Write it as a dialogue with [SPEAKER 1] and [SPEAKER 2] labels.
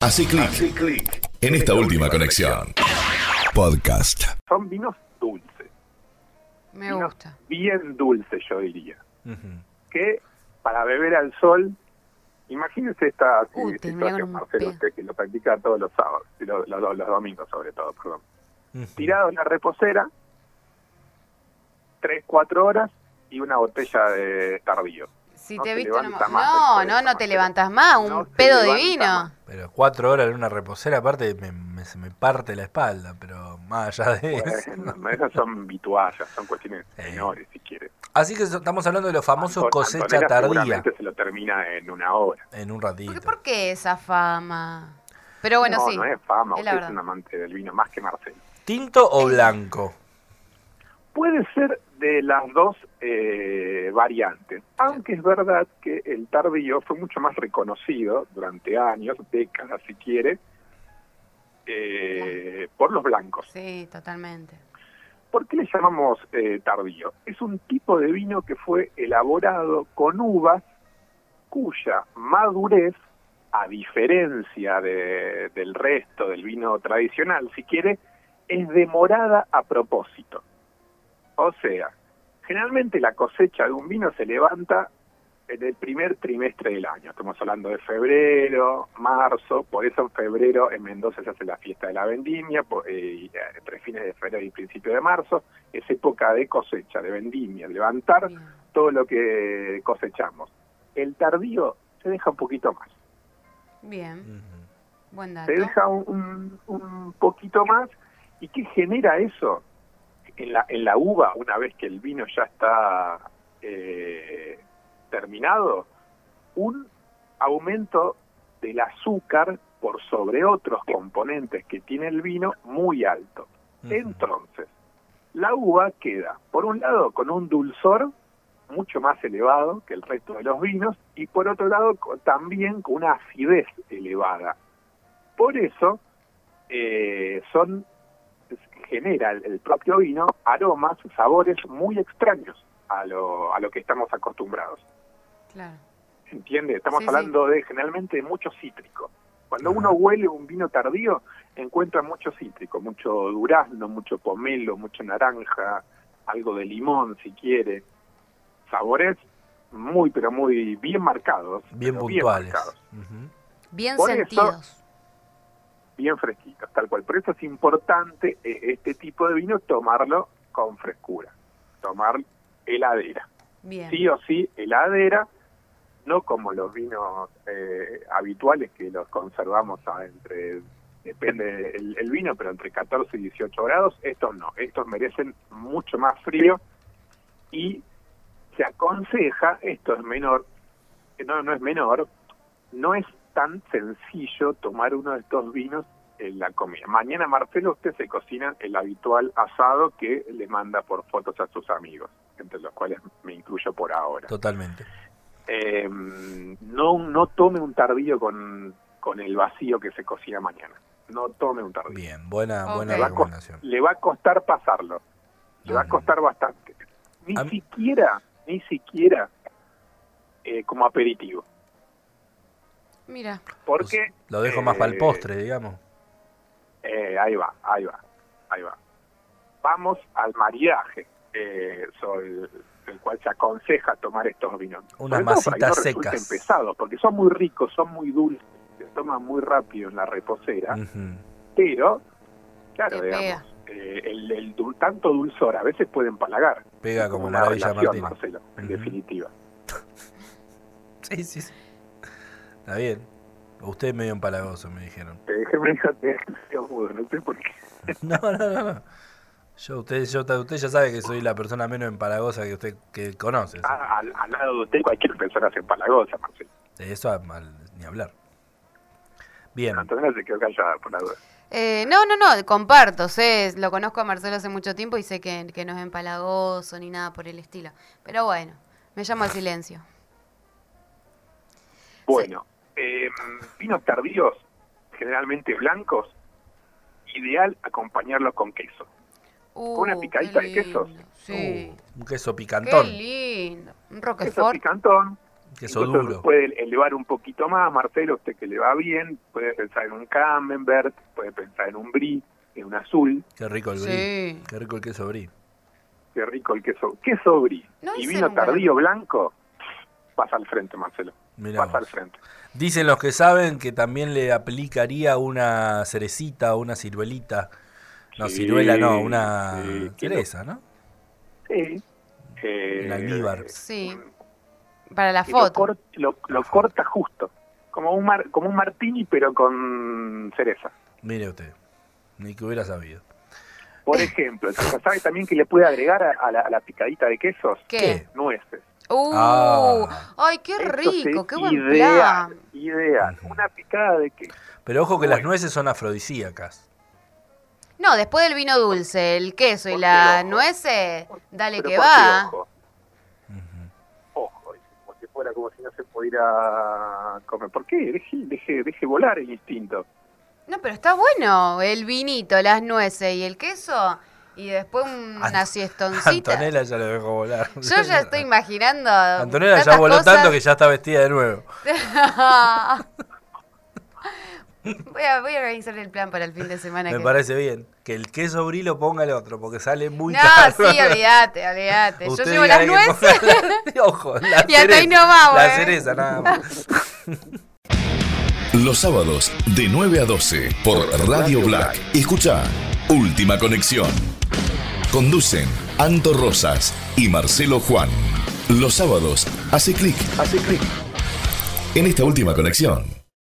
[SPEAKER 1] Así clic
[SPEAKER 2] clic.
[SPEAKER 1] en esta última conexión. Podcast.
[SPEAKER 2] Son vinos dulces,
[SPEAKER 3] Me
[SPEAKER 2] No.
[SPEAKER 3] gusta.
[SPEAKER 2] bien dulces yo diría, que para beber al sol, imagínese esta
[SPEAKER 3] Uy,
[SPEAKER 2] eh,
[SPEAKER 3] te mirá
[SPEAKER 2] situación,
[SPEAKER 3] con un
[SPEAKER 2] Marcelo,
[SPEAKER 3] pedo.
[SPEAKER 2] usted que lo practica todos los sábados, y los, los- los domingos sobre todo, perdón. Tirado en la reposera, tres, cuatro horas y una botella de tardío.
[SPEAKER 3] Si
[SPEAKER 2] No
[SPEAKER 3] te
[SPEAKER 2] te
[SPEAKER 3] he visto
[SPEAKER 2] levanta
[SPEAKER 3] nomás-
[SPEAKER 2] más
[SPEAKER 3] No,
[SPEAKER 2] después de
[SPEAKER 3] no,
[SPEAKER 2] esa
[SPEAKER 3] no te
[SPEAKER 2] manera.
[SPEAKER 3] levantas más. Un
[SPEAKER 2] No te
[SPEAKER 3] pedo de
[SPEAKER 2] levanta
[SPEAKER 3] vino.
[SPEAKER 2] más.
[SPEAKER 4] Pero cuatro horas en una reposera, aparte me, me- se me parte la espalda, pero más allá de eso. Eh.
[SPEAKER 2] Bueno, Eh, esas son vituallas, son cuestiones menores si quiere.
[SPEAKER 4] Así que so- estamos hablando de los famosos
[SPEAKER 2] Anton-
[SPEAKER 4] cosecha
[SPEAKER 2] Antonella
[SPEAKER 4] tardía.
[SPEAKER 2] Seguramente se lo termina en una hora.
[SPEAKER 4] En un
[SPEAKER 3] ¿Por qué,
[SPEAKER 4] ratito.
[SPEAKER 3] por qué esa fama? Pero bueno,
[SPEAKER 2] no,
[SPEAKER 3] sí.
[SPEAKER 2] no es fama,
[SPEAKER 3] es la
[SPEAKER 2] usted es
[SPEAKER 3] verdad.
[SPEAKER 2] un amante del vino más que Marcelo.
[SPEAKER 4] ¿Tinto o blanco?
[SPEAKER 2] Puede ser de las dos eh, variantes, aunque es verdad que el tardío fue mucho más reconocido durante años, décadas si quiere, eh, por los blancos.
[SPEAKER 3] Sí, totalmente.
[SPEAKER 2] ¿Por qué le llamamos eh, tardío? Es un tipo de vino que fue elaborado con uvas cuya madurez, a diferencia de- del resto del vino tradicional, si quiere, es demorada a propósito. O sea, generalmente la cosecha de un vino se levanta en el primer trimestre del año. Estamos hablando de febrero, marzo, por eso en febrero en Mendoza se hace la fiesta de la vendimia, por- eh, y, eh, entre fines de febrero y principio de marzo, es época de cosecha, de vendimia, de levantar
[SPEAKER 3] Bien.
[SPEAKER 2] todo lo que cosechamos. El tardío se deja un poquito más,
[SPEAKER 3] Bien,
[SPEAKER 4] Ujú.
[SPEAKER 3] buen dato.
[SPEAKER 2] se deja un, un- un poquito más. ¿Y qué genera eso? En la, en la uva, una vez que el vino ya está eh, terminado, un aumento del azúcar por sobre otros componentes que tiene el vino muy alto. Entonces, la uva queda, por un lado, con un dulzor mucho más elevado que el resto de los vinos y por otro lado co- también con una acidez elevada. Por eso eh, son genera el, el propio vino aromas, sabores muy extraños a lo, a lo que estamos acostumbrados.
[SPEAKER 3] Claro.
[SPEAKER 2] ¿Entiende? Estamos
[SPEAKER 3] Sí, sí.
[SPEAKER 2] hablando de generalmente de mucho cítrico. Cuando
[SPEAKER 4] Ajá.
[SPEAKER 2] uno huele un vino tardío, encuentra mucho cítrico, mucho durazno, mucho pomelo, mucho naranja, algo de limón si quiere. Sabores muy, pero muy bien marcados.
[SPEAKER 4] Bien
[SPEAKER 2] pero
[SPEAKER 4] puntuales.
[SPEAKER 2] marcados,
[SPEAKER 4] Ujú.
[SPEAKER 3] Bien
[SPEAKER 2] Por eso-
[SPEAKER 3] sentidos.
[SPEAKER 2] bien fresquitos, tal cual. Por eso es importante eh, este tipo de vino tomarlo con frescura. Tomar heladera.
[SPEAKER 3] Bien.
[SPEAKER 2] sí o sí heladera, no como los vinos eh, habituales que los conservamos a entre, depende el, el vino, pero entre 14 y 18 grados, estos no, estos merecen mucho más frío y se aconseja, esto es menor, no, no es menor, no es tan sencillo tomar uno de estos vinos en la comida. Mañana, Marcelo, usted se cocina el habitual asado que le manda por fotos a sus amigos, entre los cuales me incluyo por ahora.
[SPEAKER 4] Totalmente.
[SPEAKER 2] Eh, no, no tome un tardío con, con el vacío que se cocina mañana. No tome un tardío.
[SPEAKER 4] Bien, buena,
[SPEAKER 3] Ok.
[SPEAKER 4] buena
[SPEAKER 2] Le va, a co-
[SPEAKER 4] recomendación.
[SPEAKER 2] le va a costar pasarlo. Le va a
[SPEAKER 4] Bien.
[SPEAKER 2] costar bastante. Ni
[SPEAKER 4] A mí-
[SPEAKER 2] siquiera, ni siquiera eh, como aperitivo.
[SPEAKER 3] Mira,
[SPEAKER 2] Porque...
[SPEAKER 4] Lo dejo más para el
[SPEAKER 2] eh,
[SPEAKER 4] postre, digamos.
[SPEAKER 2] Eh, ahí va, ahí va, ahí va. Vamos al maridaje, eh, sobre el, el cual se aconseja tomar estos vinos.
[SPEAKER 4] Unas
[SPEAKER 2] Sobre todo para que
[SPEAKER 4] masitas
[SPEAKER 2] no resulten
[SPEAKER 4] secas.
[SPEAKER 2] pesados, porque son muy ricos, son muy dulces, se toman muy rápido en la reposera,
[SPEAKER 4] Ujú.
[SPEAKER 2] pero, claro,
[SPEAKER 3] Te
[SPEAKER 2] digamos, eh, el, el dul- tanto dulzor a veces puede empalagar.
[SPEAKER 4] Pega
[SPEAKER 2] Es
[SPEAKER 4] como
[SPEAKER 2] una
[SPEAKER 4] maravilla
[SPEAKER 2] relación,
[SPEAKER 4] Martina.
[SPEAKER 2] Marcelo, en
[SPEAKER 4] Ujú.
[SPEAKER 2] definitiva.
[SPEAKER 4] Sí, sí, sí. Está bien. Usted es medio empalagoso, me dijeron.
[SPEAKER 2] Te dejé medio, te dejé mudo, no sé por qué.
[SPEAKER 4] No, no, no, no. Yo, usted, yo, usted ya sabe que soy la persona menos empalagosa que usted que conoce. ¿sí?
[SPEAKER 2] Ah, al, al lado de usted cualquier persona se empalagosa, Marcelo.
[SPEAKER 4] De eso a- al- ni hablar. Bien.
[SPEAKER 2] Antonella se quedó callada por la duda.
[SPEAKER 3] eh, no, no, no, comparto, sé, lo conozco a Marcelo hace mucho tiempo y sé que, que no es empalagoso ni nada por el estilo. Pero bueno, me llamo al silencio.
[SPEAKER 2] Bueno, eh, vinos tardíos, generalmente blancos, ideal acompañarlos con queso.
[SPEAKER 3] Uh,
[SPEAKER 2] Una picadita
[SPEAKER 3] qué
[SPEAKER 2] de quesos.
[SPEAKER 3] lindo, Sí.
[SPEAKER 4] Uh, un queso
[SPEAKER 3] qué
[SPEAKER 4] picantón.
[SPEAKER 3] lindo. Un
[SPEAKER 2] Queso
[SPEAKER 3] roquefort.
[SPEAKER 2] picantón,
[SPEAKER 4] Queso
[SPEAKER 2] Incluso
[SPEAKER 4] duro.
[SPEAKER 2] Puede elevar un poquito más, Marcelo, usted que le va bien, puede pensar en un Camembert, puede pensar en un Brie, en un azul,
[SPEAKER 4] Qué rico el
[SPEAKER 3] Sí.
[SPEAKER 4] brie. Qué rico el queso brie.
[SPEAKER 2] qué rico el queso, queso Brie.
[SPEAKER 3] No
[SPEAKER 2] y
[SPEAKER 3] hice
[SPEAKER 2] vino
[SPEAKER 3] nunca.
[SPEAKER 2] tardío blanco, pasa al frente, Marcelo,
[SPEAKER 4] Mirá
[SPEAKER 2] pasa al
[SPEAKER 4] vos.
[SPEAKER 2] frente.
[SPEAKER 4] Dicen los que saben que también le aplicaría una cerecita o una ciruelita. No,
[SPEAKER 2] Sí,
[SPEAKER 4] ciruela no, una
[SPEAKER 2] sí, quiero-
[SPEAKER 4] cereza, ¿no?
[SPEAKER 2] Sí. Eh,
[SPEAKER 4] El almíbar.
[SPEAKER 3] Sí. Para la
[SPEAKER 2] y lo,
[SPEAKER 3] foto.
[SPEAKER 2] cor- lo- lo corta justo, como un, mar- como un martini pero con cereza.
[SPEAKER 4] Mire usted, ni que hubiera sabido.
[SPEAKER 2] Por
[SPEAKER 4] Eh.
[SPEAKER 2] ejemplo, ¿sabe también que le puede agregar a, a la, a la picadita de quesos?
[SPEAKER 3] ¿Qué?
[SPEAKER 2] Nueces.
[SPEAKER 3] ¡Uh!
[SPEAKER 4] Ah.
[SPEAKER 3] ¡Ay, qué
[SPEAKER 2] Esto se-
[SPEAKER 3] rico! ¡Qué buen
[SPEAKER 2] ideal,
[SPEAKER 3] plan!
[SPEAKER 2] Ideal. Una picada de queso.
[SPEAKER 4] Pero ojo que las
[SPEAKER 2] Bueno.
[SPEAKER 4] nueces son afrodisíacas.
[SPEAKER 3] No, después del vino dulce, el queso y
[SPEAKER 2] Porque
[SPEAKER 3] la
[SPEAKER 2] el ojo.
[SPEAKER 3] nueces, dale
[SPEAKER 2] Pero
[SPEAKER 3] que
[SPEAKER 2] porque,
[SPEAKER 3] va.
[SPEAKER 2] Ojo, ojo, dice, como si fuera como si no se pudiera comer. ¿Por qué? Deje, deje, deje volar el instinto.
[SPEAKER 3] No, pero está bueno el vinito, las nueces y el queso y después una
[SPEAKER 4] Ant-
[SPEAKER 3] siestoncita.
[SPEAKER 4] Antonella ya lo dejó volar.
[SPEAKER 3] Yo ya estoy imaginando.
[SPEAKER 4] Antonella ya
[SPEAKER 3] tantas
[SPEAKER 4] voló
[SPEAKER 3] cosas.
[SPEAKER 4] tanto que ya está vestida de nuevo.
[SPEAKER 3] voy, a, voy a organizar el plan para el fin de semana.
[SPEAKER 4] Me
[SPEAKER 3] que-
[SPEAKER 4] parece bien. Que el queso brie lo ponga el otro, porque sale muy
[SPEAKER 3] no,
[SPEAKER 4] caro.
[SPEAKER 3] sí, olvídate, olvídate. Yo
[SPEAKER 4] Usted
[SPEAKER 3] llevo las
[SPEAKER 4] dígale que
[SPEAKER 3] nueces.
[SPEAKER 4] ponga- Ojo, la
[SPEAKER 3] Y hasta ahí ¿eh?
[SPEAKER 4] cereza,
[SPEAKER 3] nomás,
[SPEAKER 4] La
[SPEAKER 3] güey.
[SPEAKER 4] cereza, nada más.
[SPEAKER 1] Los sábados de 9 a 12 por Radio Black. Escucha Última Conexión. Conducen Anto Rosas y Marcelo Juan. Los sábados hace clic. Hace clic. En esta última conexión.